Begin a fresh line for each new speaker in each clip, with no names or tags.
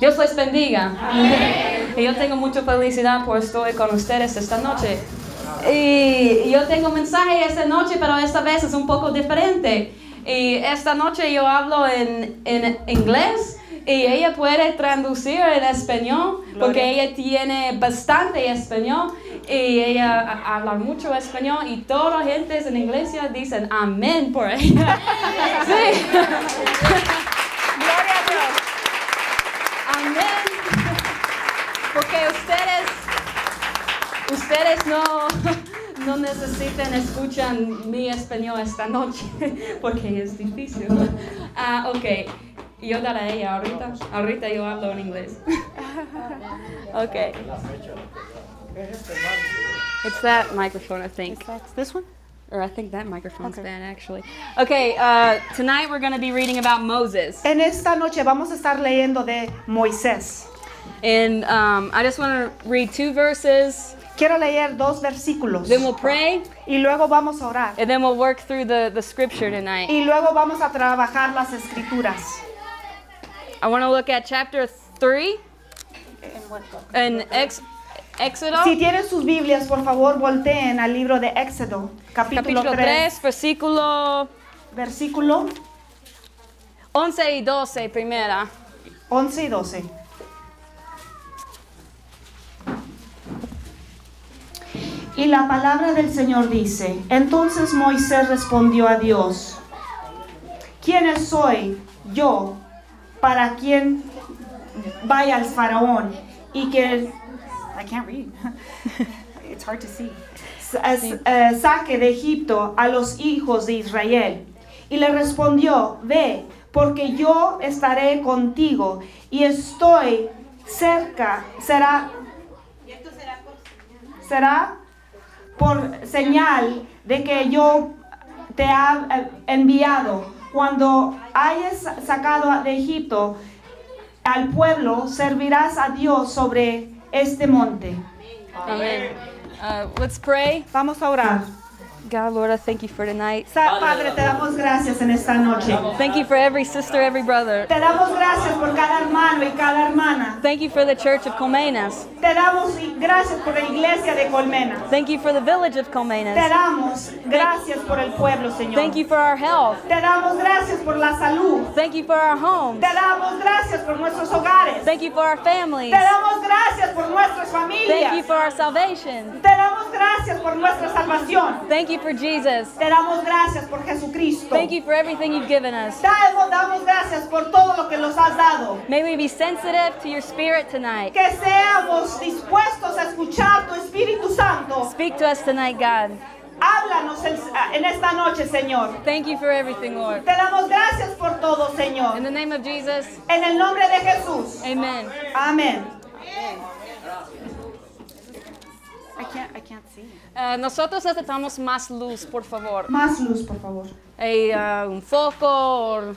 Dios les bendiga. Y yo tengo mucha felicidad por estar con ustedes esta noche. Y yo tengo un mensaje esta noche, pero esta vez es un poco diferente. Y esta noche yo hablo en, en inglés y ella puede traducir en español porque ella tiene bastante español y ella ha- habla mucho español y toda la gente en la iglesia dicen amén por ella. sí. Gloria a Dios. Amén. Porque ustedes, ustedes no, no necesitan escuchar mi español esta noche, porque es difícil. Ah, ok. Yo daré a ella ahorita. Ahorita yo hablo en inglés. Ok. It's that microphone, I think.
This one?
Or I think that microphone's
Okay.
bad, actually. Okay, uh, tonight we're going to be reading about Moses.
En esta noche vamos a estar leyendo de Moisés.
And um, I just want to read two verses,
Quiero leer dos versículos
then we'll pray,
y luego vamos a orar
and then we'll work through the, the scripture tonight.
y luego vamos a trabajar las escrituras.
I want to look at chapter 3 in ex-
Si
Exodus,
tienen sus Biblias, por favor, volteen al libro de Éxodo, capítulo
capítulo
3,
3, versículo
versículo
11 y 12, primera.
11 y 12. Y la palabra del Señor dice, entonces Moisés respondió a Dios, ¿quién soy yo para quien vaya al faraón y que I can't read. It's hard to see. Sa- eh, saque de Egipto a los hijos de Israel. Y le respondió, ve, porque yo estaré contigo y estoy cerca, será, será por señal de que yo te ha eh, enviado. Cuando hayas sacado de Egipto al pueblo, servirás a Dios sobre este monte.
Amen. Uh, let's pray.
Vamos a orar.
God, Lord, I thank you for tonight.
Sa- Padre, te damos gracias en esta noche.
Thank you for every sister, every brother.
Te damos gracias por cada hermano y cada hermana.
Thank you for the church of Colmenas.
Te damos i- gracias por la iglesia de Colmena.
Thank you for the village of
Te
Colmenas.
damos gracias por el pueblo, Señor.
Thank you for our health.
Te damos gracias por la salud.
Thank you for our homes.
Te damos gracias por nuestros hogares.
Thank you for our families.
Te damos gracias por nuestras
Thank you
familias.
for our salvation.
Te damos gracias por nuestra salvación.
Thank you for Jesus.
Te damos gracias por Jesucristo.
Thank you for everything you've given us.
Damos, damos gracias por todo lo que nos has dado.
May we be sensitive to your spirit tonight.
Que seamos dispuestos a escuchar tu Espíritu Santo.
Speak to us tonight, God.
Háblanos en, en esta noche, Señor.
Thank you for everything, Lord.
Te damos gracias por todo,
In
Señor.
the name of Jesus,
En el nombre de Jesús.
amen.
Amén.
Eh, nosotros necesitamos más luz, por favor.
Más luz, por favor.
Hay ah, un foco. or-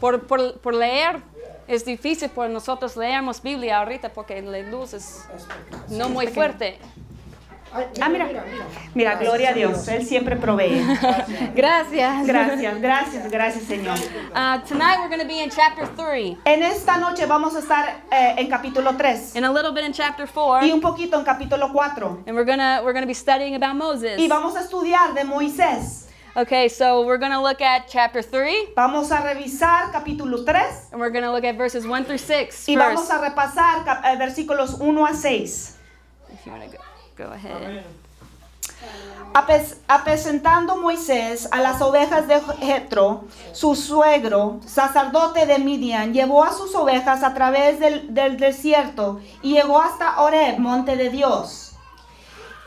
Por, por- por leer es difícil, por nosotros leemos Biblia ahorita porque la luz es no muy fuerte.
Ah, mira. Mira, gloria a Dios. Él siempre provee.
Gracias.
Gracias, gracias, gracias, Señor.
Uh, tonight we're going to be in chapter 3
En esta noche vamos a estar eh, en capítulo 3
and a little bit in chapter 4
y un poquito en capítulo 4.
and we're going to we're going to be studying about Moses.
Y vamos a estudiar de Moisés.
Okay, so we're going to look at chapter 3
Vamos a revisar capítulo 3
and we're going to look at verses 1 through 6
y vamos
first.
a repasar cap- eh, versículos 1 a 6.
If you want to go, go ahead.
Apes- Apesentando Moisés a las ovejas de Jetro, su suegro, sacerdote de Midian, llevó a sus ovejas a través del, del desierto y llegó hasta Horeb, monte de Dios.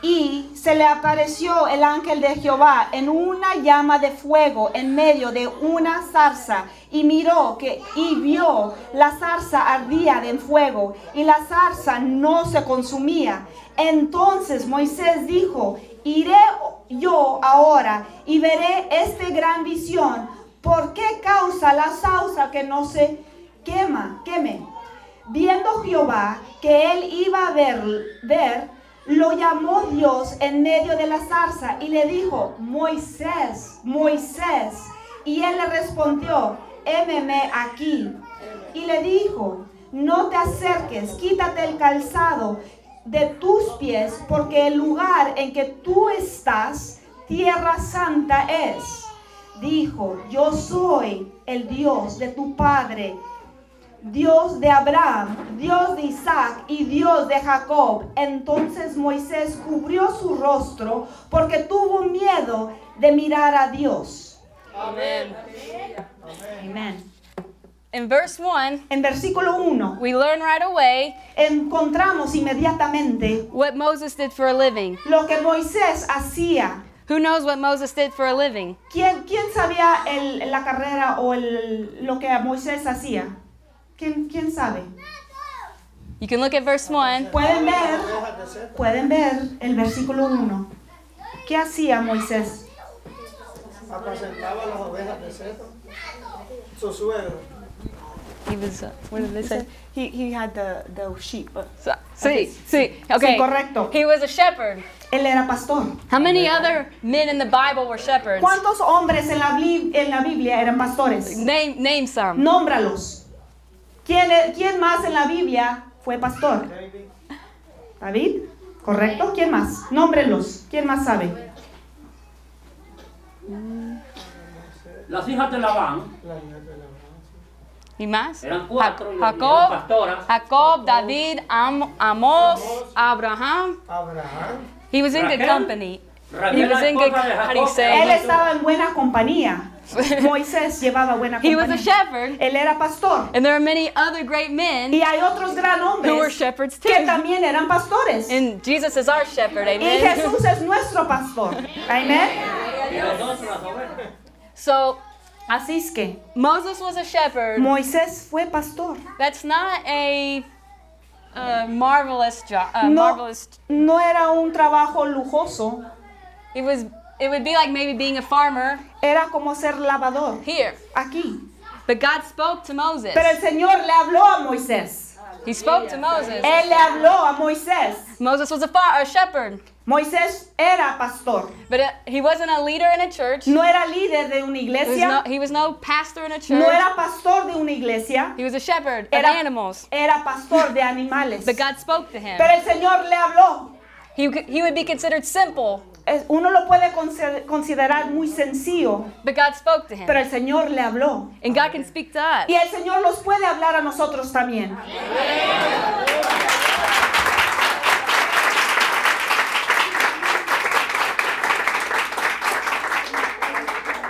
Y se le apareció el ángel de Jehová en una llama de fuego en medio de una zarza y miró que y vio la zarza ardía de fuego y la zarza no se consumía. Entonces Moisés dijo, iré yo ahora y veré esta gran visión. ¿Por qué causa la zarza que no se quema? Queme. Viendo Jehová que él iba a ver, ver, lo llamó Dios en medio de la zarza y le dijo, Moisés, Moisés. Y él le respondió, émeme aquí. Y le dijo, no te acerques, quítate el calzado de tus pies, porque el lugar en que tú estás, tierra santa es. Dijo, yo soy el Dios de tu Padre, Dios de Abraham, Dios de Isaac y Dios de Jacob. Entonces Moisés cubrió su rostro porque tuvo miedo de mirar a Dios.
Amen.
Amén.
In verse 1,
En versículo 1
we learn right away
encontramos inmediatamente
what Moses did for a living.
lo que Moisés hacía.
Who knows what Moses did for a living?
¿Quién, quién sabía el- la carrera o el- lo que Moisés hacía? ¿Quién, quién sabe?
You can look at verse 1.
Pueden ver, pueden ver el versículo 1. ¿Qué hacía Moisés?
Apacentaba las ovejas de Ceto, su suegro.
He was, uh, what did they say?
He, he had the, the sheep. uh,
So, see, see. Okay.
correcto.
He was a shepherd.
Él era pastor.
How many other men in the Bible were shepherds?
¿Cuántos hombres en la, Bli- en la Biblia eran pastores?
Name, name some.
Nómbralos. ¿Quién, e- ¿Quién más en la Biblia fue pastor?
David,
David, ¿correcto? ¿Quién más? Nómbrelos. ¿Quién más sabe?
Las hijas de Labán
la mujer de la
Y más?
eran cuatro, y eran
Jacob,
pastoras.
Jacob, David, Am- Amos, Abraham.
Abraham,
He was in good
Raquel.
company. He
Raquel,
was in good.
esposa de
How do you
Él
Jacob.
say?
estaba en buena compañía. Moisés llevaba buena
He was a
compañía.
shepherd,
Él era pastor.
and there are many other great
Y
men
hay otros gran
who were
hombres
shepherds
que
too.
también eran pastores.
And Jesus is our shepherd.
Y
Amen.
Jesús es nuestro pastor. Amén.
Y las dos, las ovejas.
So
Así es que
Moses was a shepherd.
Moisés fue pastor.
That's not a uh, marvelous job. Uh,
No,
Marvelous.
no era un trabajo lujoso,
It was. It would be like maybe being a farmer
era como ser lavador
here.
aquí.
But God spoke to Moses.
Pero el Señor le habló a Moisés.
He spoke to Moses.
Él le habló a Moisés.
Moses was a, far- a shepherd,
Moisés era pastor.
but uh, he wasn't a leader in a church.
No era líder de una
He was no,
iglesia.
he was no pastor in a church.
No era pastor de una iglesia.
he was a shepherd of
Era-
animals.
Era pastor de animales.
But God spoke to him.
Pero el Señor le habló.
He, could- he would be considered simple,
Es- Uno lo puede conse- considerar muy sencillo,
but God spoke to him.
pero el Señor le habló.
and God can speak to us.
Y el Señor los puede hablar a nosotros también.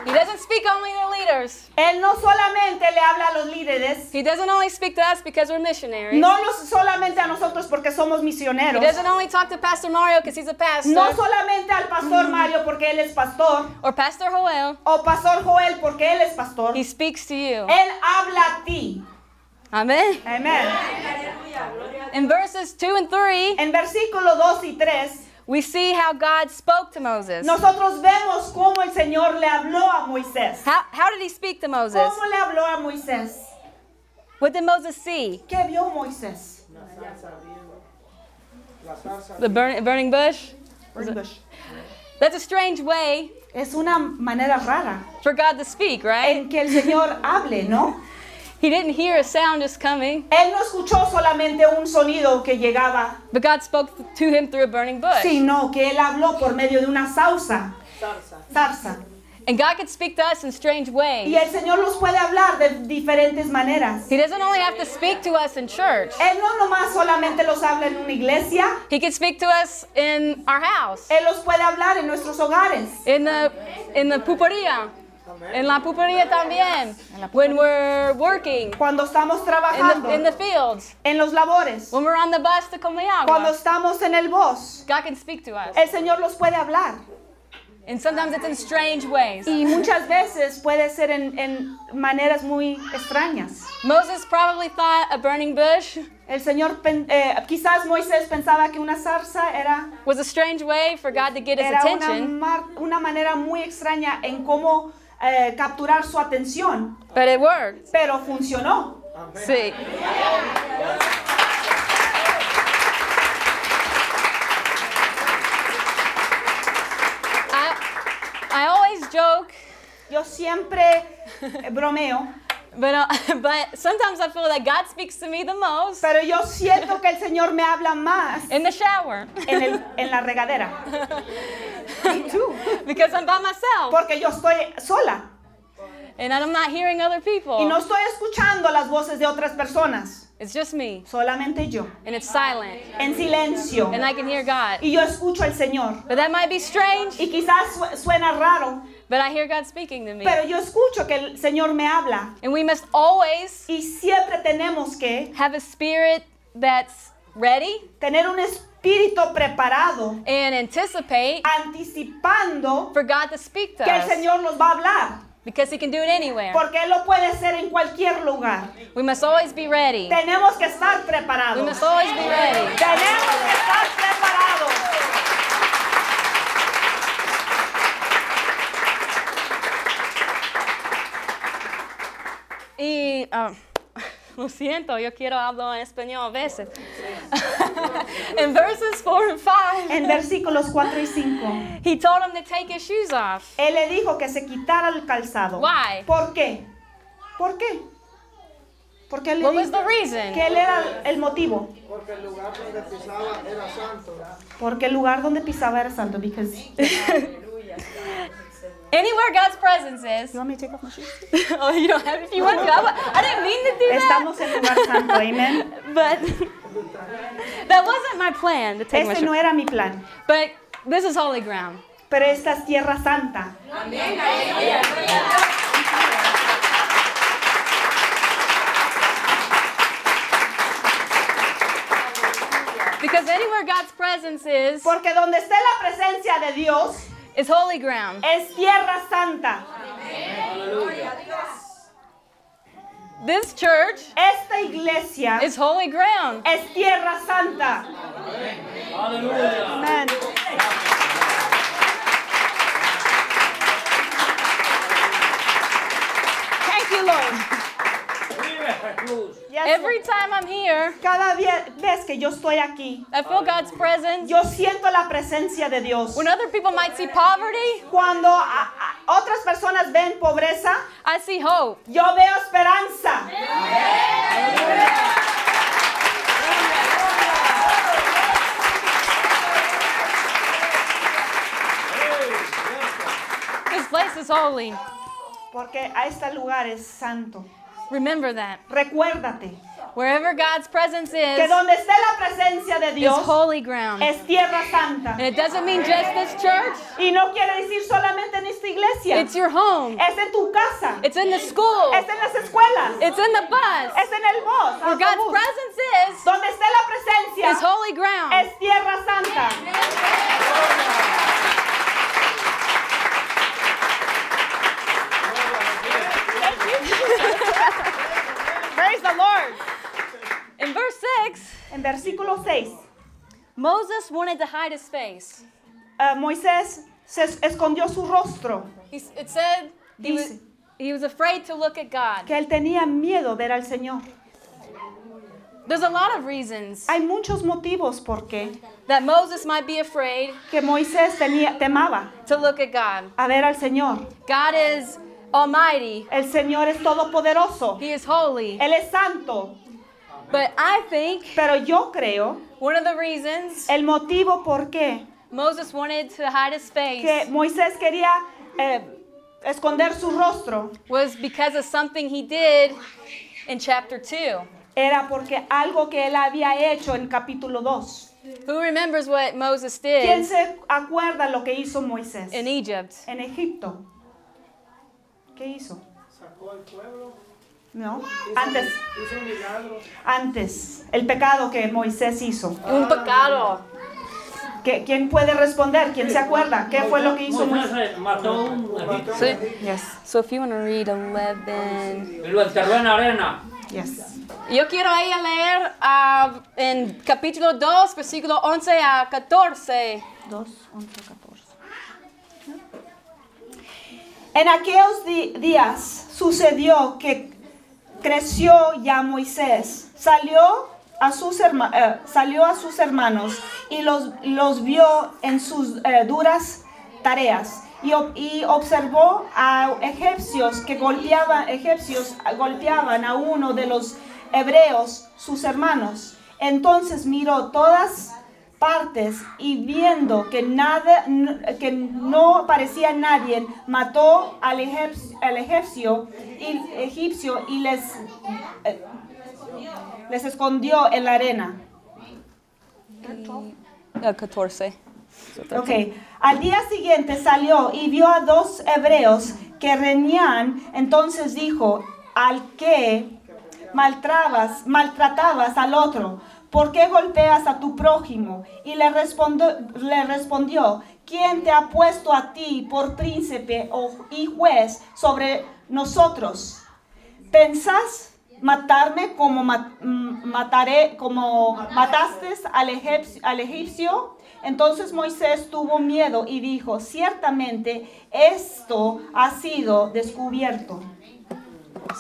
He doesn't speak only to leaders.
Él no solamente le habla a los líderes,
He doesn't only speak to us because we're missionaries.
no nos- solamente a nosotros porque somos
He
misioneros,
doesn't only talk to Pastor Mario because he's a pastor,
no solamente al pastor
Mm.
Mario porque él es pastor,
or Pastor Joel.
o pastor Joel porque él es pastor.
He speaks to you.
Él habla a ti.
Amen.
Amén.
In verses 2 and 3,
En versículo 2 y 3,
we see how God spoke to Moses.
nosotros vemos cómo el Señor le habló a Moisés.
How, how did he speak to Moses?
¿Cómo le habló a Moisés?
What did Moses see?
¿Qué vio Moisés?
la salsa viva, la salsa
The burn, burning bush? That's a strange way
Es una manera rara
for God to speak, right?
en que el Señor hable, ¿no?
He didn't hear a sound just coming,
Él no escuchó solamente un sonido que llegaba,
but God spoke to him through a burning bush.
sino que él habló por medio de una salsa.
salsa.
Zarza.
And God could speak to us in strange
Y
ways.
el Señor los puede hablar de diferentes maneras.
He doesn't only have to speak to us in church.
Él no nomás solamente los habla en una iglesia,
He could speak to us in our house,
Él los puede hablar en nuestros hogares.
in the in the pupuria, in la pupuria también, when we're working,
Cuando estamos
in the,
trabajando,
in the fields,
en Oh, los labores,
when we're on the bus to
cuando
Comayagua.
estamos en el bosque,
God can speak to us.
el Señor los puede hablar.
And sometimes it's in strange ways.
Y muchas veces puede ser en, en maneras muy extrañas.
Moses probably thought a burning bush
El Señor, pen- eh, quizás Moisés pensaba que una zarza era
was a strange way for God to get his
era una,
attention,
mar- una manera muy extraña en cómo eh, capturar su atención,
but it worked.
pero funcionó.
See. I, I always joke
Yo siempre eh, bromeo
But, uh, but sometimes I feel that God speaks to me the most
Pero yo siento que el Señor me habla más
in the shower
en, el- en la regadera. Me too.
because I'm by myself
Porque yo estoy sola
and I'm not hearing other
y no
people.
estoy escuchando las voces de otras personas,
It's just me
solamente yo,
and it's silent
en silencio.
and I can hear God.
Y yo escucho al Señor.
But that might be strange,
Y quizás su- suena raro,
but I hear God speaking to me.
pero yo escucho que el Señor me habla.
And we must always
Y siempre tenemos que
have a spirit that's ready
tener un espíritu preparado,
and anticipate
anticipando
for God to speak to
que el
us
Señor nos va a hablar.
because He can do it anywhere.
Porque Él lo puede hacer en cualquier lugar.
We must always be ready.
Tenemos que estar
We
preparados.
must always be ready.
Tenemos que estar preparados.
Y um, lo siento, yo quiero hablar en español a veces. In verses 4 and 5,
En versículos 4 y 5,
he told him to take his shoes off.
Él le dijo que se quitara el calzado.
Why?
¿Por qué? ¿Por qué? Porque él le
What was
dijo
the reason?
que él era el motivo.
Porque el lugar donde pisaba era santo.
Porque el lugar donde pisaba era santo. Because
Anywhere God's presence is.
You want me to take off my shoes?
oh, you don't have if you want to. I, wa- I didn't mean to do that.
Estamos en lugar santo, amén.
But that wasn't my plan to take my
Ese
shoes.
no era mi plan.
But this is holy ground.
Pero esta es tierra santa.
Because anywhere God's presence is,
Porque donde esté la presencia de Dios
is holy ground.
es tierra santa.
This church
Esta iglesia
is holy ground.
es tierra santa.
Aleluya.
Amén. Thank you, Lord.
Vive Jesús.
Yes,
Every
Lord.
time I'm here,
Cada vie- vez que yo estoy aquí,
I feel God's presence.
yo siento la presencia de Dios.
When other people might see poverty,
Cuando a- a- otras personas ven pobreza,
I see hope.
yo veo esperanza.
This place is holy.
Porque a este lugar es santo.
Remember that.
Recuérdate
Wherever God's presence
que
is,
donde esté la presencia
is
de Dios
holy ground.
es tierra santa.
And it doesn't mean just this church,
Y no quiere decir solamente en esta iglesia.
it's your home,
Es en tu casa.
it's in the school,
Es en las escuelas.
it's in the bus.
Es en el bus.
Where God's
autobús.
presence is,
Donde esté la
is
presencia
holy ground.
es tierra santa. Praise the Lord.
In verse 6,
En versículo 6,
Moses wanted to hide his face.
eh, Moisés se es- escondió su rostro,
He, s- it said he was,
Dice.
he was afraid to look at God.
que él tenía miedo ver al Señor.
There's a lot of reasons
Hay muchos motivos por qué
that Moses might be afraid
que Moisés tenía, temaba
to look at God.
a ver al Señor.
God is almighty,
El Señor es todopoderoso.
He is holy.
Él es santo.
But I think
Pero yo creo
one of the reasons
el motivo por qué
Moses wanted to hide his
que
face
Moisés quería eh, esconder su rostro
was because of something he did in chapter 2.
era porque algo que él había hecho en capítulo 2.
Who remembers what Moses
¿Quién
did
se acuerda lo que hizo Moisés
in Egypt?
en Egipto? ¿Qué hizo?
Sacó al pueblo.
No, antes,
Hizo un milagro.
antes, el pecado que Moisés hizo.
Un pecado.
¿Qué- ¿Quién puede responder? ¿Quién se acuerda? ¿Qué fue lo que hizo Moisés?
Moisés mató a un egipcio.
So,
Yes,
so if you want to read 11.
y Lo enterró en arena.
yes.
Yo quiero a ella leer ah, en capítulo 2, versículo 11 a 14.
2, 11, 14. En aquellos di- días sucedió que creció ya Moisés, salió a sus, herma- eh, salió a sus hermanos y los, los vio en sus eh, duras tareas. y, ob- y observó a egipcios que golpeaban, egipcios golpeaban a uno de los hebreos, sus hermanos. Entonces miró todas partes y viendo que nada n- que no parecía nadie mató al, egep- al egipcio y egipcio y les eh, les escondió en la arena.
Ah, 14.
Ok. Al día siguiente salió y vio a dos hebreos que reñían. Entonces dijo, al que maltrabas, maltratabas al otro, ¿por qué golpeas a tu prójimo? Y le, respondo- le respondió, ¿quién te ha puesto a ti por príncipe o- y juez sobre nosotros? ¿Pensás matarme como, ma- mm, mataré, como mataste al, egep- al egipcio? Entonces Moisés tuvo miedo y dijo, ciertamente esto ha sido descubierto.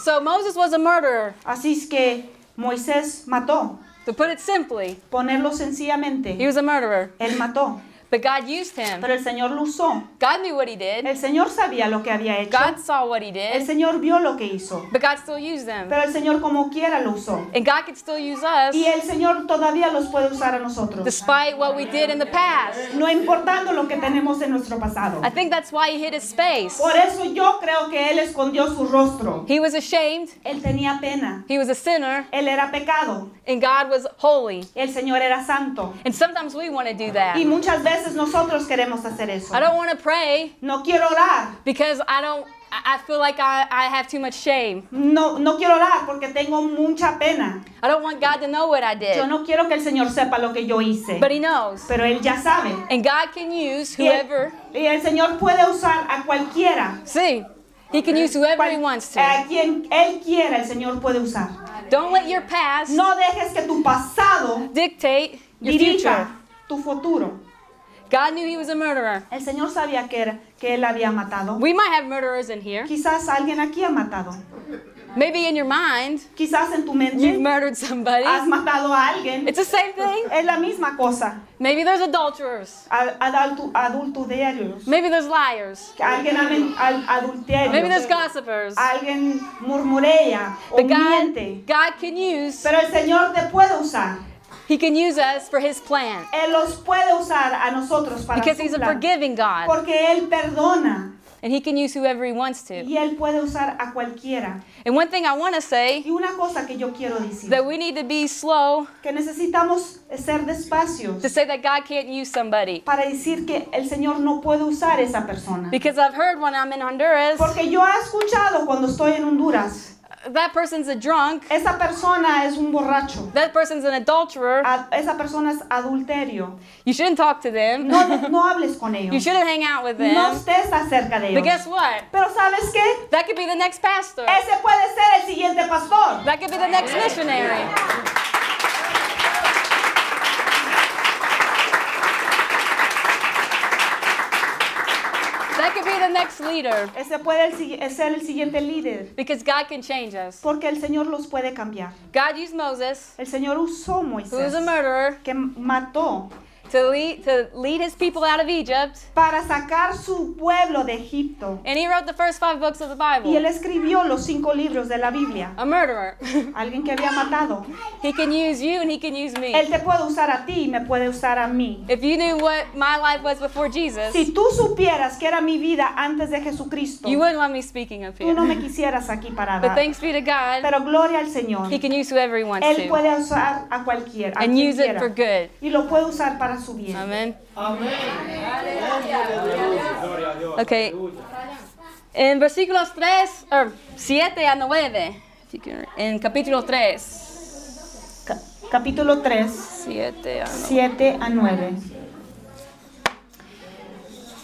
So Moses was a murderer,
Así es que Moisés mató,
to put it simply.
ponerlo
He
sencillamente,
was a murderer,
él mató,
but God used him.
pero el Señor lo usó.
God knew what he did.
El Señor sabía lo que había hecho,
God saw what he
el
did,
Señor vio lo que hizo,
but God still used them.
pero el Señor como quiera lo usó.
And God could still use us
Y el Señor todavía los puede usar a nosotros.
despite what we did in the past.
no importando lo que tenemos en nuestro pasado.
I think that's why he hid his face.
Por eso yo creo que él escondió su rostro.
He was ashamed,
Él tenía pena.
he was a sinner,
Él era pecado.
and God was holy.
El Señor era santo.
And sometimes we want to do that.
Y muchas veces nosotros queremos hacer eso.
I don't want to pray
No quiero orar.
because I don't. I I feel like I, I have too much shame.
No, no quiero orar porque tengo mucha pena.
I don't want God to know what I
Yo
did.
no quiero que el Señor sepa lo que yo hice.
But He knows.
Pero Él ya sabe.
And God can use
Y el,
whoever.
y el Señor puede usar a cualquiera.
See, He can use whoever He
Cual-
wants to.
a quien Él quiera, el Señor puede usar.
Don't let your past
No dejes que tu pasado
dictate your future.
dirija tu futuro.
God knew He was a murderer.
El Señor sabía que, era- que él había matado.
We might have murderers in here.
Quizás alguien aquí ha matado.
Maybe in your mind,
Quizás en tu
you've
mente
murdered somebody.
has matado a alguien.
It's the same thing.
Es la misma cosa.
Maybe there's adulterers.
Ad- adultu- adulterios.
Maybe there's liars.
Alguien ha men- al-
Maybe there's
adulterio.
gossipers.
Alguien murmurea o
But God,
miente.
God can use.
Pero el Señor te puede usar.
He can use us for His plan.
Él los puede usar a nosotros para
Because
su
he's a
plan.
forgiving God
Porque Él perdona.
and he can use whoever he wants to.
Y Él puede usar a cualquiera.
And one thing I want to say
Y una cosa que yo quiero decir.
that we need to be slow
que necesitamos ser despacios
to say that God can't use somebody.
para decir que el Señor no puede usar esa persona.
Because I've heard when I'm in Honduras,
Porque yo he escuchado cuando estoy en Honduras,
that person's a drunk,
esa persona es un borracho,
that person's an adulterer.
a- esa persona es adulterio.
You shouldn't talk to them.
No, de- no hables con
You
ellos,
shouldn't hang out with
no
them.
estés acerca de
But
ellos.
guess what?
Pero ¿sabes qué?
That could be the next pastor.
Ese puede ser el siguiente pastor.
That could be the next missionary. That could be the next leader.
Ese puede el sigui- ser el siguiente líder.
Because God can change us.
Porque el Señor los puede cambiar.
God used Moses,
El Señor usó a
who was
Moisés,
a murderer,
que mató
to lead, to lead his people out of Egypt,
para sacar su pueblo de Egipto.
and he wrote the first five books of the
Y él
Bible.
escribió los cinco libros de la Biblia.
A murderer.
Alguien que había matado.
he can use you and he can use
Él
me.
te puede usar a ti y me puede usar a mí.
If you knew what my life was before Jesus,
Si tú supieras que era mi vida antes de Jesucristo,
you wouldn't want me speaking up
tú no me
here.
quisieras aquí
But
parada.
thanks be to God,
Pero gloria al Señor.
he can use whoever he wants
Él
to.
puede usar a cualquiera. a
And
quien
use it
quiera.
for Um, good.
Y lo puede usar para su bien.
Amen.
Amén.
Okay. En versículos 3, or 7 a 9. If you can- En capítulo 3.
Ca- Capítulo 3,
7 a 9.
7 a 9.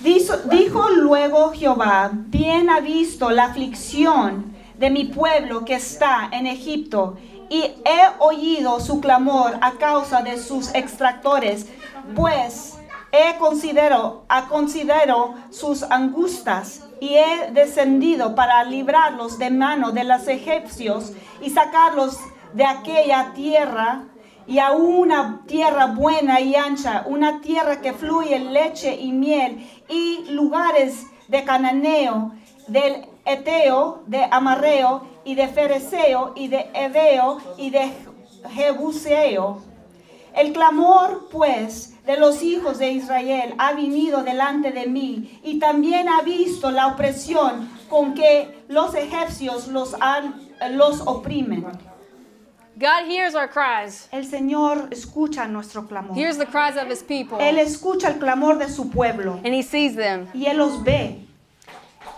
Dijo, dijo luego Jehová, bien ha visto la aflicción de mi pueblo que está en Egipto, y he oído su clamor a causa de sus extractores, pues he considero, a considero sus angustias, y he descendido para librarlos de mano de los egipcios y sacarlos de aquella tierra y a una tierra buena y ancha, una tierra que fluye leche y miel, y lugares de Cananeo, del Eteo, de Amarreo, y de Fereseo, y de Edeo, y de Jebuseo. El clamor, pues, de los hijos de Israel ha venido delante de mí, y también ha visto la opresión con que los egipcios los, han- los oprimen.
God hears our cries.
El Señor escucha nuestro clamor.
Hears the cries of his people.
Él escucha el clamor de su pueblo
And he sees them.
y Él los ve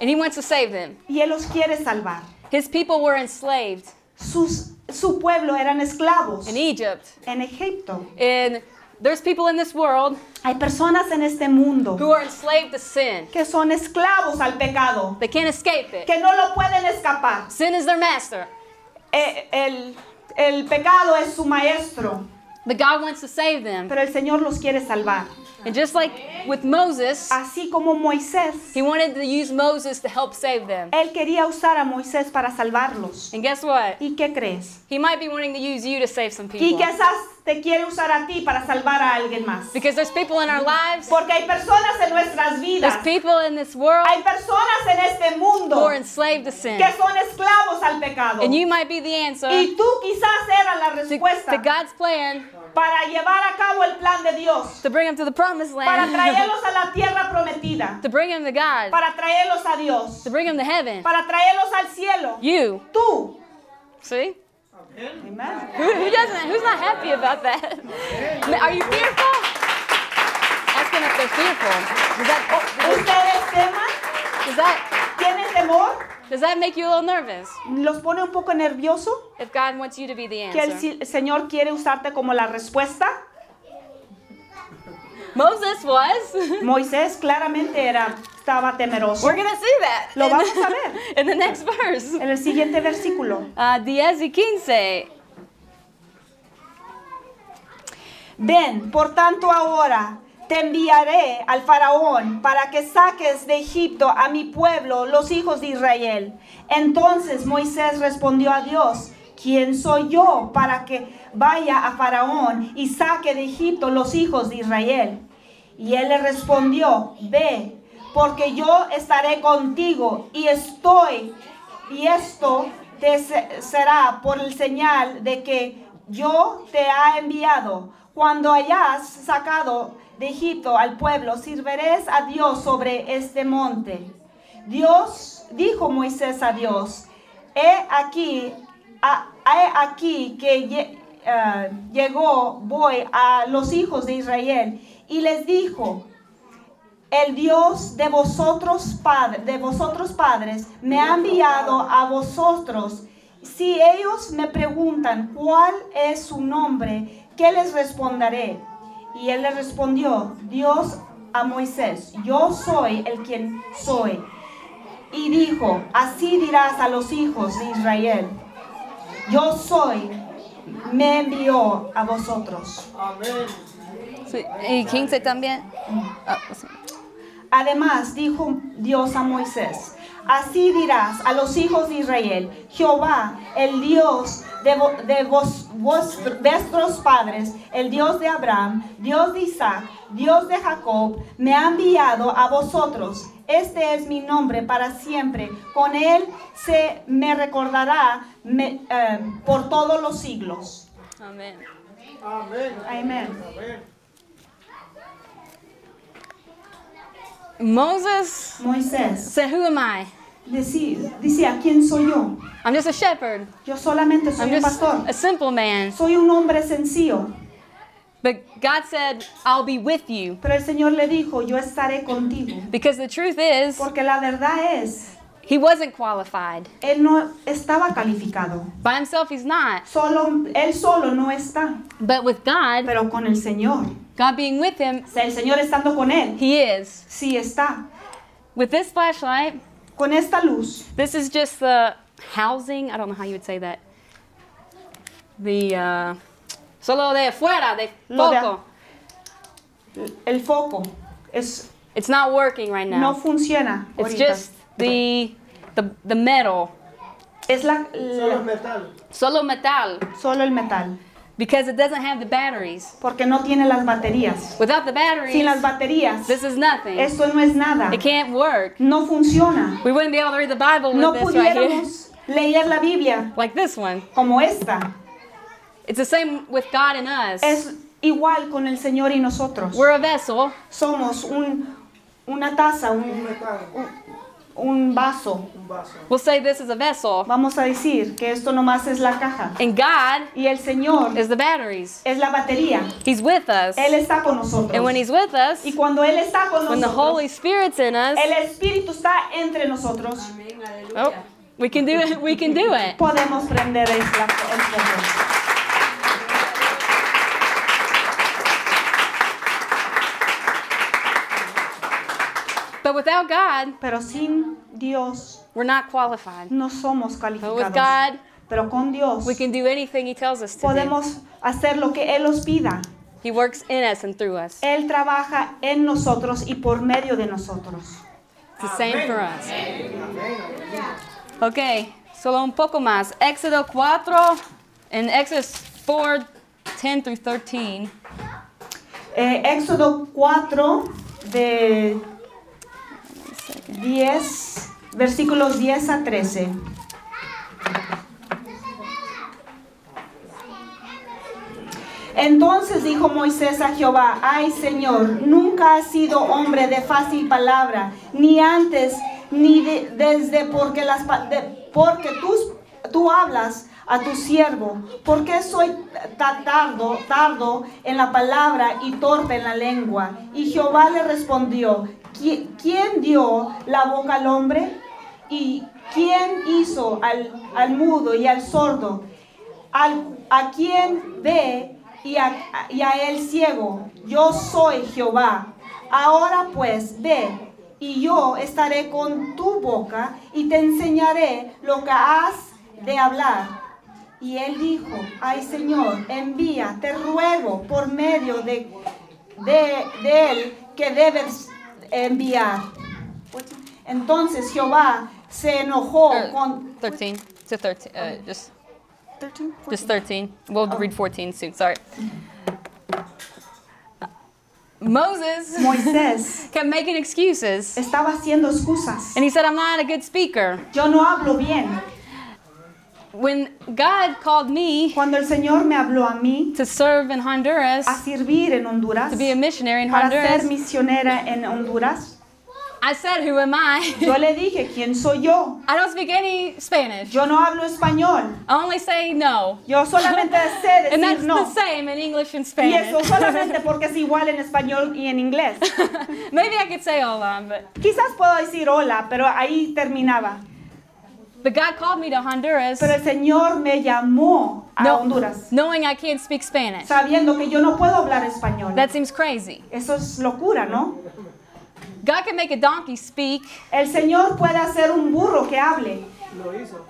And he wants to save them.
y Él los quiere salvar.
His people were enslaved
Sus, su pueblo eran esclavos
in Egypt.
en Egipto.
And there's people in this world
Hay personas en este mundo
who are enslaved to sin.
que son esclavos al pecado,
They can't escape it.
que no lo pueden escapar.
Sin is their master.
Eh, El, el pecado es su maestro,
But God wants to save them.
pero el Señor los quiere salvar.
And just like with Moses,
Así como Moisés,
he wanted to use Moses to help save them.
Él quería usar a Moisés para salvarlos.
And guess what?
¿Y qué crees?
He might be wanting to use you to save some
Y
people.
quizás te quiere usar a ti para salvar a alguien más.
Because there's people in our lives,
Porque hay personas en nuestras
there's
vidas,
people in this world
hay personas en este
who
mundo
are enslaved to sin.
que son esclavos al pecado.
And you might be the answer
Y tú quizás eras la
to,
respuesta
to God's plan
para llevar a cabo el plan de Dios,
to bring them to the promised
para
land,
traerlos a la tierra prometida,
to bring them to God,
para traerlos a Dios,
to bring them to heaven.
para traerlos al cielo.
You,
Tú.
see?
Amen.
Who, who doesn't? Who's not happy about that? Are you fearful? Ask them if they're fearful. Does that, oh,
¿Ustedes teman?
does that
¿Tienen temor?
does that make you a little nervous?
¿Los pone un poco nervioso?
If God wants you to be the
¿Que el
answer,
si- Señor quiere usarte como la respuesta?
Moses was.
Moisés claramente era, estaba temeroso.
We're gonna see that.
Lo
in the-
vamos a ver.
in the next verse.
En el siguiente versículo.
Uh, 10 y 15.
Ven, por tanto ahora te enviaré al faraón para que saques de Egipto a mi pueblo, los hijos de Israel. Entonces Moisés respondió a Dios, ¿quién soy yo para que vaya a faraón y saque de Egipto los hijos de Israel? Y él le respondió, ve, porque yo estaré contigo y estoy, y esto te se- será por el señal de que yo te ha enviado. Cuando hayas sacado de Egipto al pueblo, sirveréis a Dios sobre este monte. Dios dijo Moisés a Dios, he aquí, a- he aquí que lle- eh, llegó, voy a los hijos de Israel y les dijo, el Dios de vosotros, padre, de vosotros padres me ha enviado a vosotros. Si ellos me preguntan cuál es su nombre, ¿qué les responderé? Y él le respondió, Dios a Moisés, yo soy el quien soy. Y dijo, así dirás a los hijos de Israel, yo soy, me envió a vosotros.
Amén.
Sí, ¿Y 15 también? Ah, sí.
Además, dijo Dios a Moisés, así dirás a los hijos de Israel, Jehová, el Dios de, vo- de vos- vos- vuestros padres, el Dios de Abraham, Dios de Isaac, Dios de Jacob, me ha enviado a vosotros. Este es mi nombre para siempre. Con él se me recordará me- eh, por todos los siglos.
Amén.
Amén.
Amén.
Amén.
Moses
Moisés
said, Who am I?
decí- decía, ¿quién soy yo?
I'm just a shepherd.
Yo solamente
I'm
soy un
just
pastor.
a simple man.
Soy un hombre sencillo,
But God said, I'll be with you.
pero el Señor le dijo, yo estaré contigo.
Because the truth is,
Porque la verdad es,
he wasn't qualified.
Él no estaba calificado.
By himself, he's not.
Solo, él solo no está,
But with God,
pero con el Señor.
God being with him,
O sea, el Señor estando con Él,
he is.
sí está.
With this flashlight,
Con esta luz,
this is just the housing. I don't know how you would say that. The, uh, solo de afuera, de
Lo de a-
foco.
el foco es,
It's not working right
no
now.
funciona.
It's
ahorita.
just the, the, the metal.
es la,
Solo es
la-
metal.
Solo metal.
solo el metal.
because it doesn't have the batteries.
porque no tiene las baterías.
Without the
Sin las
batteries,
baterías,
this is nothing.
esto no es nada.
It can't work.
No funciona.
We wouldn't be able to read the Bible with
No
this right here.
pudiéramos leer la Biblia
Like this one.
como esta.
It's the same with God and us.
Es igual con el Señor y nosotros.
We're a vessel.
Somos un, una taza,
Un
un,
metal,
un vaso.
un vaso.
We'll say this is a vessel.
Vamos a decir que esto nomás es la caja.
And God
Y el Señor
is the batteries.
es la batería.
He's with us.
Él está con nosotros.
And when He's with us,
Y cuando Él está con
when the
nosotros,
Holy Spirit's in us,
el Espíritu está entre nosotros.
oh, we can do it. We can do it.
Podemos prender el fla- el fuego.
But without God,
Pero sin Dios
we're not qualified.
no somos
But with
calificados.
God,
Pero con Dios
we can do anything He tells us to do.
podemos hacer lo que Él nos pida.
He works in us and through us.
Él trabaja en nosotros y por medio de nosotros.
It's the same for us. Okay, solo un poco más. Éxodo 4 and Exodus 4, 10 through 13.
Eh, Éxodo 4 de 10, versículos 10 a 13. Entonces dijo Moisés a Jehová, ay Señor, nunca has sido hombre de fácil palabra, ni antes, ni de- desde porque, las, pa- de- porque tus- tú hablas a tu siervo, porque soy ta- tardo, tardo en la palabra y torpe en la lengua. Y Jehová le respondió, "¿Qui- ¿quién dio la boca al hombre? ¿Y quién hizo al, al mudo y al sordo? al- a quien ve y a, y a el ciego. Yo soy Jehová. Ahora pues ve y yo estaré con tu boca y te enseñaré lo que has de hablar. Y él dijo, ay Señor, envía, te ruego por medio de, de, de él que debes enviar. Entonces Jehová se enojó
Er,
Oh, con...
13 to 13. Uh, just, just 13. We'll
Oh.
read 14 soon. Sorry. Moses
Moisés
kept making excuses.
estaba haciendo excusas.
And he said, I'm not a good speaker.
Yo no hablo bien.
When God called me
Cuando el Señor me habló a mí
to serve in Honduras,
a servir en Honduras,
to be a missionary in
para ser
Honduras,
misionera en Honduras,
I said, Who am I?
yo le dije, ¿quién soy yo?
I don't speak any Spanish.
Yo no hablo español.
I only say no.
Yo solamente sé
And that's
decir
the
no.
same in English and
Y eso
Spanish.
solamente porque es igual en español y en inglés.
Maybe I could say hola, but,
Quizás puedo decir hola, pero ahí terminaba.
but God called me to Honduras
Pero el Señor me llamó a
No.
Honduras
knowing I can't speak Spanish.
sabiendo que yo no puedo hablar español.
That seems crazy.
Eso es locura, ¿no?
God can make a donkey speak,
El Señor puede hacer un burro que hable.
Lo hizo.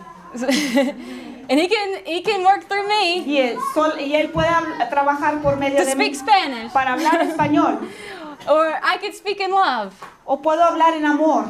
and he can, he can work through me
Y, el sol- y él puede hab- trabajar por medio
to
de
speak
mí
Spanish.
para hablar español.
Or I could speak in love
O puedo hablar en amor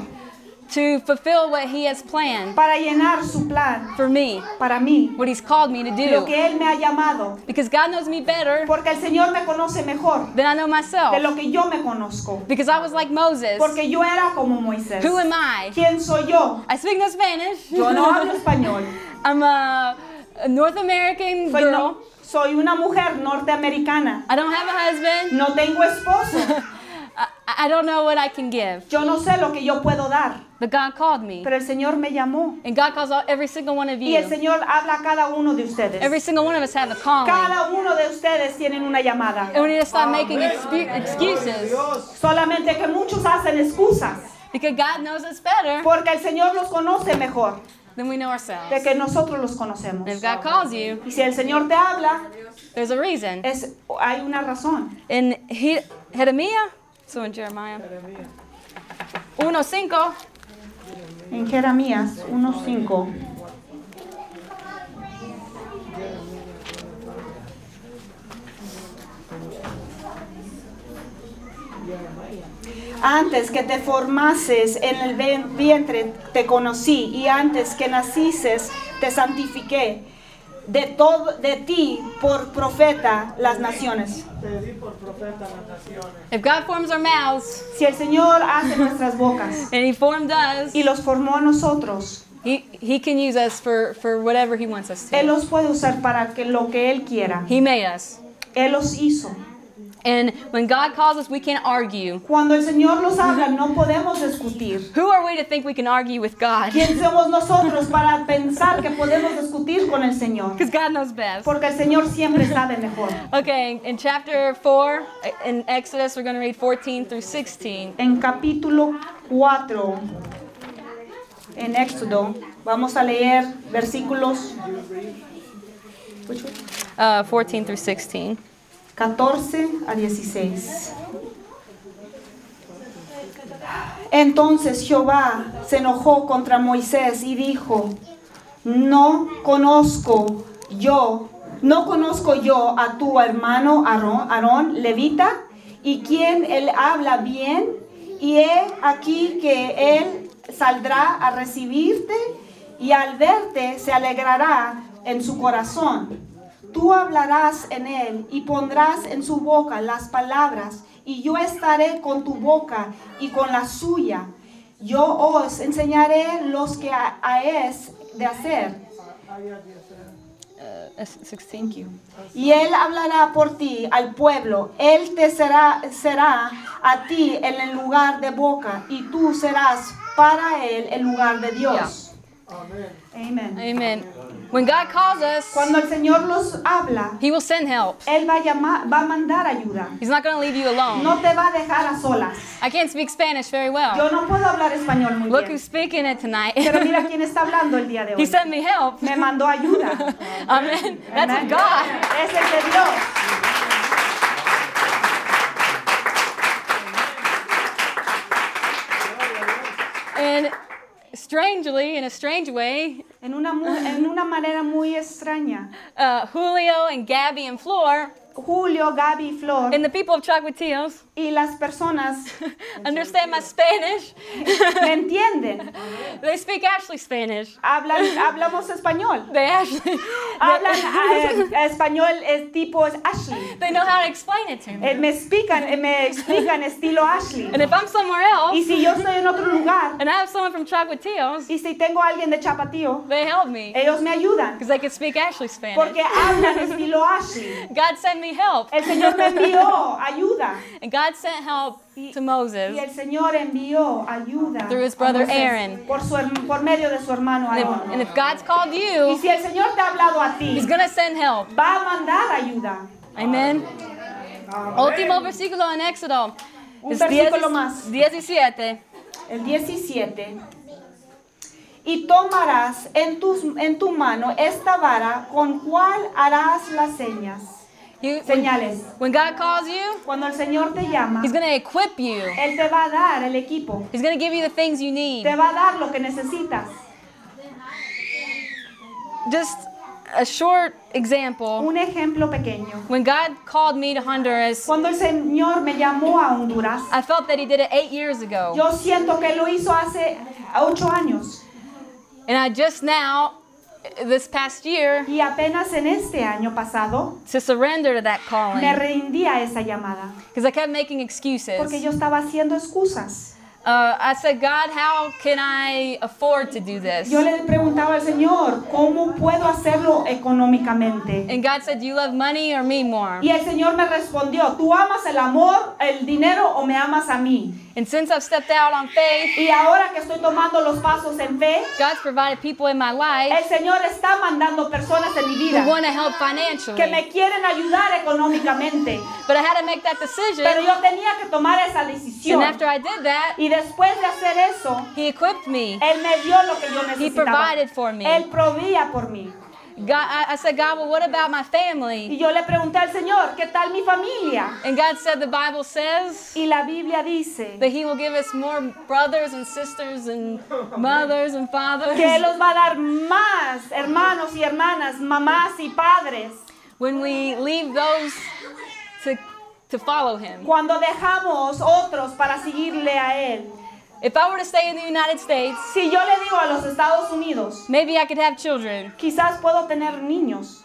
to fulfill what He has planned
para llenar su plan
for me,
para mí.
what He's called me to
Lo
do.
que él me ha llamado.
Because God knows me better
Porque el Señor me conoce mejor
than I know
de
myself.
lo que yo me conozco.
Because I was like Moses.
Porque yo era como Moisés.
Who am I?
¿Quién soy yo?
I speak no Spanish.
Yo no hablo español.
I'm a, a North American
Soy, no-
girl.
soy una mujer norteamericana.
I don't have a husband.
No tengo esposo.
I, I don't know what I can give.
Yo no sé lo que yo puedo dar.
But God called me.
Pero el Señor me llamó.
And God calls all, every single one of
Y el
you.
Señor habla a cada uno de ustedes.
Every single one of us have a calling.
Cada uno de ustedes tienen una llamada.
And we need to stop making expu- excuses.
Solamente que muchos hacen excusas.
Because God knows us better
Porque el Señor los conoce mejor
than we know ourselves.
de que nosotros los
And
conocemos.
If God calls you,
Y si el Señor te habla,
there's a reason.
es, hay una razón.
In he, Jeremiah, so in Jeremiah, uno cinco,
En Jeremías 1.5. Antes que te formases en el ven- vientre te conocí y antes que nacieses te santifiqué. de todo de ti por profeta las naciones.
Pedí por profeta las naciones.
If God forms our mouths,
Si el Señor hace nuestras bocas
and He formed us,
y los formó a nosotros,
He, he can use us for, for whatever He wants us
él
to.
los puede usar para que lo que él quiera.
He made us.
Él los hizo.
And when God calls us, we can't argue.
Cuando el Señor nos habla, no podemos discutir.
Who are we to think we can argue with God?
¿Quién somos nosotros para pensar que podemos discutir con el Señor?
Because God knows best.
Porque el Señor siempre sabe mejor.
Okay, in chapter 4, in Exodus, we're going to read 14 through 16.
En capítulo 4, en Éxodo, vamos a leer versículos
Uh, 14 through 16.
14 a 16. Entonces Jehová se enojó contra Moisés y dijo, no conozco yo, no conozco yo a tu hermano Aarón, Aarón, levita, y quien él habla bien, y he aquí que él saldrá a recibirte, y al verte se alegrará en su corazón. Tú hablarás en él y pondrás en su boca las palabras, y yo estaré con tu boca y con la suya. Yo os enseñaré los que a, a es de hacer.
Uh, 16. you.
Y él hablará por ti al pueblo. Él te será, será a ti en el lugar de boca, y tú serás para él el lugar de Dios.
Amén.
Amén.
Amen. When God calls us,
Cuando el Señor los habla,
He will send help.
él va a, llamar, va a mandar ayuda.
He's not going to leave you alone.
No te va a dejar a solas.
I can't speak Spanish very well.
Yo no puedo hablar español muy
Look
bien.
who's speaking it tonight.
Pero mira quién está hablando el día de
he
hoy.
sent me help.
Me mandó ayuda.
Amen. That's
Amén.
of God.
Es el de Dios.
And strangely, in a strange way,
En una, mu- en una manera muy extraña.
uh, Julio and Gabby and Floor
Julio, Gaby y Flor
and the people of Chaguatillos
y las personas
understand my Spanish.
me entienden.
they speak Ashley Spanish.
Hablan, hablamos español.
They actually
Hablan eh, español es tipo Ashley.
they know how to explain it to me.
Eh, me explican, eh, me explican estilo Ashley.
And if I'm somewhere
Y
else
si yo estoy en otro lugar
and I have someone from Chaguatillos,
y si tengo a alguien de Chapatío,
they help me
ellos me ayudan
because they can speak Ashley Spanish.
porque hablan estilo Ashley.
God sent me help.
El Señor me envió ayuda.
And God sent help to
Y
Moses.
el Señor envió ayuda
Through his
a
brother
Moisés
Aaron.
Por, su, herm- por medio de su hermano
And if,
Aarón.
and if God's called
Y
you,
si el Señor te ha hablado a ti,
He's going to send help.
va a mandar ayuda.
Amen. Último versículo en Éxodo.
Un
Es
versículo
diez-
más.
17.
El 17. Y tomarás en, tus, en tu mano esta vara con cual harás las señas.
You-
Señales.
when God calls you,
Cuando el Señor te llama,
He's going to equip you.
Él te va a dar el equipo.
He's going to give you the things you need.
Te va a dar lo que necesitas.
Just a short example.
Un ejemplo pequeño.
When God called me to Honduras,
Cuando el Señor me llamó a Honduras,
I felt that He did it eight years ago.
Yo siento que lo hizo hace ocho años
And I just now, this past year,
y apenas en este año pasado
to surrender to that calling
me rendí a esa llamada
because I kept making
porque
excuses.
yo estaba haciendo excusas.
Uh, I said, God, how can I afford to do this?
Yo le preguntaba al Señor, ¿cómo puedo hacerlo económicamente?
And God said, Do you love money or me more?
Y el Señor me respondió, ¿tú amas el amor, el dinero o me amas a mí?
And since I've stepped out on faith,
Y ahora que estoy tomando los pasos en fe,
God's provided people in my life
el Señor está mandando personas en mi
who
vida
want to help financially.
que me quieren ayudar económicamente.
But I had to make that
Pero
decision.
yo tenía que tomar esa
And
decisión.
after I did that,
Y después de hacer eso,
He equipped me.
Él me dio lo que yo
He
necesitaba.
provided for me.
Él proveía por mí.
God, I, I said, God, well, what about my
Y
family?
yo le pregunté al Señor, ¿qué tal mi familia?
And God said, the Bible says
Y la Biblia dice
that He will give us more brothers and sisters and mothers and
que
fathers
Él los va a dar más hermanos y hermanas, mamás y padres,
when we leave those to, to follow Him.
cuando dejamos otros para seguirle a Él.
If I were to stay in the United States,
Si yo le digo a los Estados Unidos,
maybe I could have children.
quizás puedo tener niños,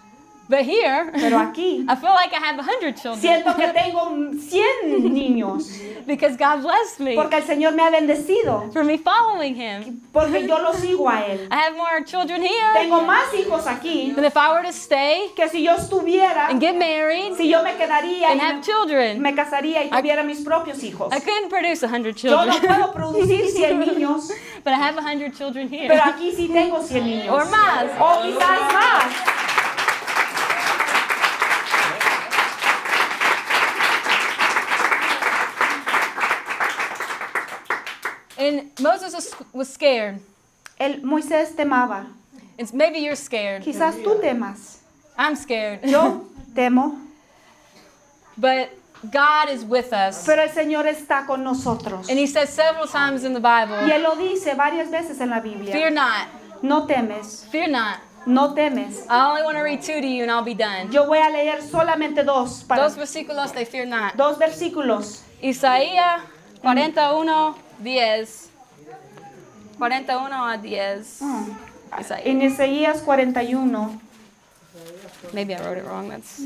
But here,
Pero aquí
I feel like I have a hundred children
siento que tengo 100 niños
because God blessed me
porque el Señor me ha bendecido,
for me following Him.
porque yo lo sigo a Él.
I have more children here
Tengo más hijos aquí
than if I were to stay
que si yo estuviera,
and get married
si yo me quedaría y
and
me,
have children.
me casaría y tuviera mis propios hijos.
I couldn't produce a hundred
Yo no
children,
puedo producir 100 niños,
but I have a hundred children here
pero aquí sí tengo 100 niños.
or más.
O quizás más.
And Moses was, was scared.
El Moisés temaba.
It's maybe you're scared.
Quizás tú temas.
I'm scared.
Yo temo.
But God is with us.
Pero el Señor está con nosotros.
And he says several times in the
Y
Bible,
Él lo dice varias veces en la
fear
Biblia.
not,
No temes,
fear not.
no temes.
I only want to read two to you and I'll be done.
Yo voy a leer solamente dos, para,
Dos versículos de fear not.
dos versículos.
Isaías 41, 10. 41 a 10. Isaías.
En Isaías 41,
Maybe I wrote it wrong. That's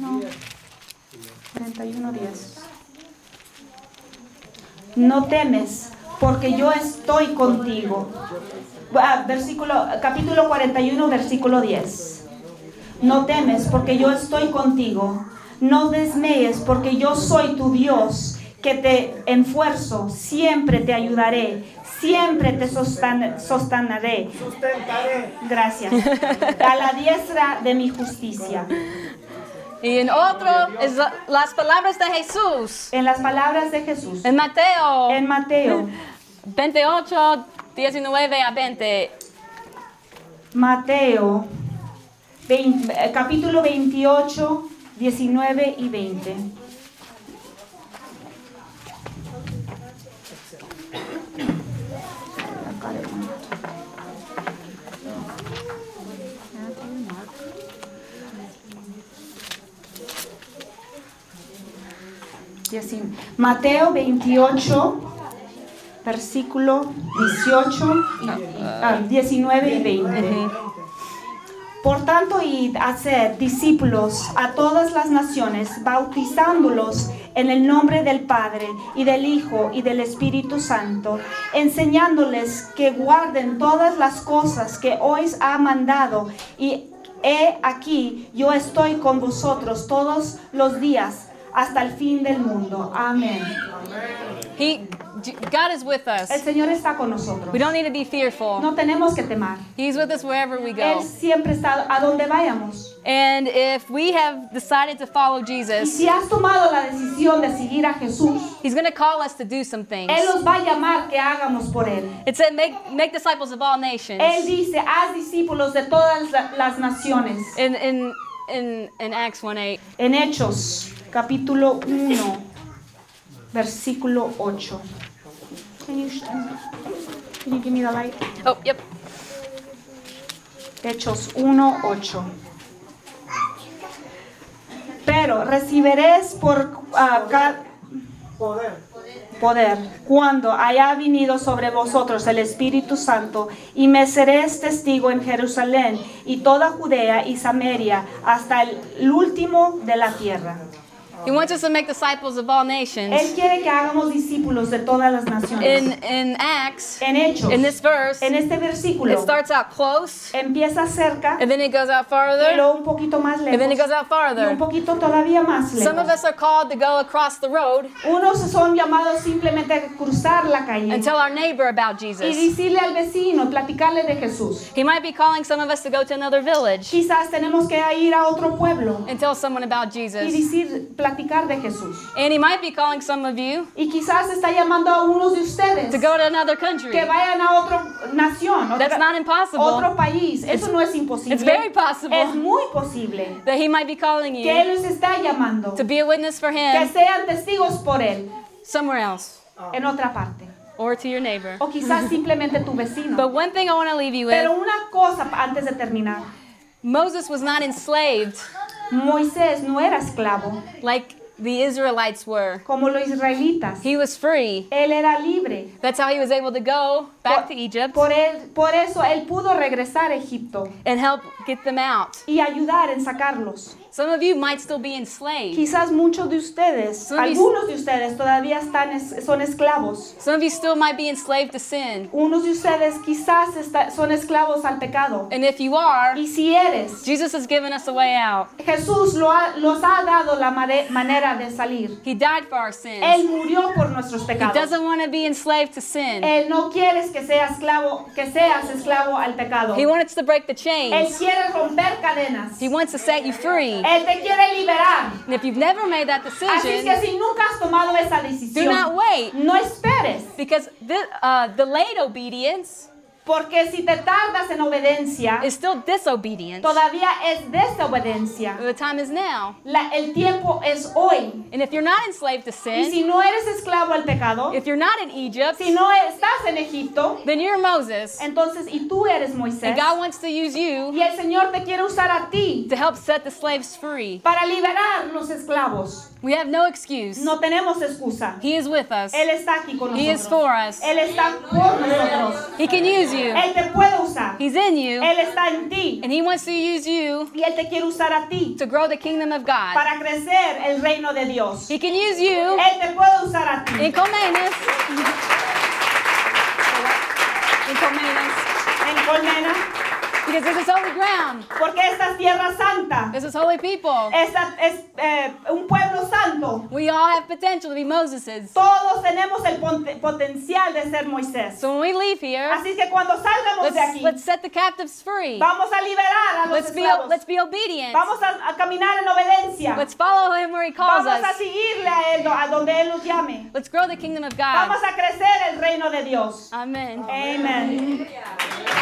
41, 10. No temes, porque yo estoy contigo. Ah, Versículo, capítulo 41, versículo 10. No temes, porque yo estoy contigo. No desmayes, porque yo soy tu Dios, que te enfuerzo. Siempre te ayudaré, siempre te sostan- sostanaré.
Sustentaré.
Gracias. A la diestra de mi justicia.
Y en otro es la- las palabras de Jesús.
En las palabras de Jesús.
En Mateo
En Mateo.
28, 19 a 20.
Mateo, vein- eh, capítulo 28, 19 y 20. Diecin- Mateo 28, versículo 18, y, ah, 19 y 20. Por tanto, id a ser discípulos a todas las naciones, bautizándolos en el nombre del Padre y del Hijo y del Espíritu Santo, enseñándoles que guarden todas las cosas que hoy os ha mandado. Y he aquí, yo estoy con vosotros todos los días hasta el fin del mundo. Amén.
He, J- God is with us.
El Señor está con
We
nosotros.
don't need to be fearful.
No tenemos que temar.
He's with us wherever we
Él
go.
siempre está a donde vayamos.
And if we have decided to follow
Y
Jesus,
si has tomado la decisión de seguir a Jesús,
He's going to call us to do some things.
Él nos va a llamar que hagamos por Él.
It said, "Make make disciples of all
Él
nations."
dice, haz discípulos de todas la- las naciones.
In in in in Acts one eight.
En Hechos, capítulo 1, versículo 8. Can you sh- can you give me the light?
Oh, yep.
Hechos 1, 8. Pero recibiréis por ah, ca-
Poder.
poder cuando haya venido sobre vosotros el Espíritu Santo y me seréis testigo en Jerusalén y toda Judea y Samaria hasta el, el último de la tierra.
He wants us to make disciples of all
Él
nations.
quiere que hagamos discípulos de todas las
In
naciones.
in Acts,
en Hechos,
in this verse,
en
it
este versículo,
starts out close,
empieza cerca
and then it goes out
y
farther,
luego un poquito más
and then it
lejos
goes out
y un
farther.
poquito todavía más
Some of
lejos.
us are called to go across the road
Unos son llamados simplemente a cruzar la calle
and tell our neighbor about
y
Jesus.
decirle al vecino, platicarle de Jesús.
He might be calling some of us to go to another village
Quizás tenemos que ir a otro pueblo
and tell someone about
y
Jesus.
decir, platicar de Jesús.
And he might be calling some of you
Y quizás está llamando a unos de ustedes
to go to another country.
que vayan a otra nación, otra-
That's not impossible.
otro país. Eso no es
It's
imposible.
very
Es
possible
muy posible
that he might be calling
que Él
you
les está llamando,
to be a witness for
que
him
sean testigos por Él
somewhere else
en otra parte.
or to your neighbor.
O quizás simplemente tu vecino.
But one thing I want to leave you
Pero
with
una cosa antes de terminar.
Moses was not enslaved
Moisés no era esclavo
like the Israelites were,
como los israelitas.
he was free.
Él era libre.
That's how he was able to go back to Egypt
Por, él- por eso él pudo regresar a Egipto
and help get them out.
y ayudar en sacarlos.
Some of you might still be enslaved.
Quizás muchos de ustedes,
Son mis-
algunos de ustedes todavía están es- son esclavos.
Some of you still might be enslaved to sin.
Unos de ustedes quizás está- son esclavos al pecado.
And if you are,
Y si eres,
Jesus has given us a way out.
Jesús lo ha- los ha dado la mare- manera de salir.
He died for our sins.
Él murió por nuestros
He
pecados.
doesn't want to be enslaved to sin.
Él no quiere que seas esclavo, que seas esclavo al pecado.
He wants to break the
Él
chains.
quiere romper cadenas.
He wants to set you free.
Él te quiere liberar.
And if you've never made that
Así es que
decision,
si nunca has tomado esa
do not
decisión,
wait.
no esperes,
Because the, uh, delayed obedience
porque si te tardas en obediencia,
is still disobedience.
todavía es desobediencia.
The time is now.
La- el tiempo es hoy.
And if you're not enslaved to
Y
sin,
si no eres esclavo al pecado,
if you're not in Egypt,
si no estás en Egipto,
then you're Moses.
entonces y tú eres Moisés.
And God wants to use you
Y el Señor te quiere usar a ti
to help set the slaves free.
para liberar los esclavos.
We have no excuse.
No tenemos excusa.
He is with us.
Él está aquí con
He is
nosotros.
for us.
Él está por nosotros.
He can use you.
Él te puede usar.
He's in you.
Él está en ti.
And he wants to use you
Y Él te quiere usar a ti
to grow the kingdom of God.
para crecer el reino de Dios.
He can use you
Él te puede usar a ti.
in Colmenas. In Colmenas.
En Colmena,
Because this is holy ground.
porque esta es tierra santa.
This is holy people.
Esta es eh, un pueblo santo.
We all have potential to be Moseses.
Todos tenemos el ponte- potencial de ser Moisés.
So when we leave here,
Así que cuando salgamos de
let's,
aquí,
let's set the captives free.
vamos a liberar a los
Let's be, o-
esclavos.
let's be obedient.
Vamos a, a caminar en obediencia.
Let's follow him where he calls
Vamos a
us.
seguirle a Él, a donde Él nos llame.
Ah. Let's grow the kingdom of God.
Vamos a crecer el reino de Dios.
Amen.
Amen.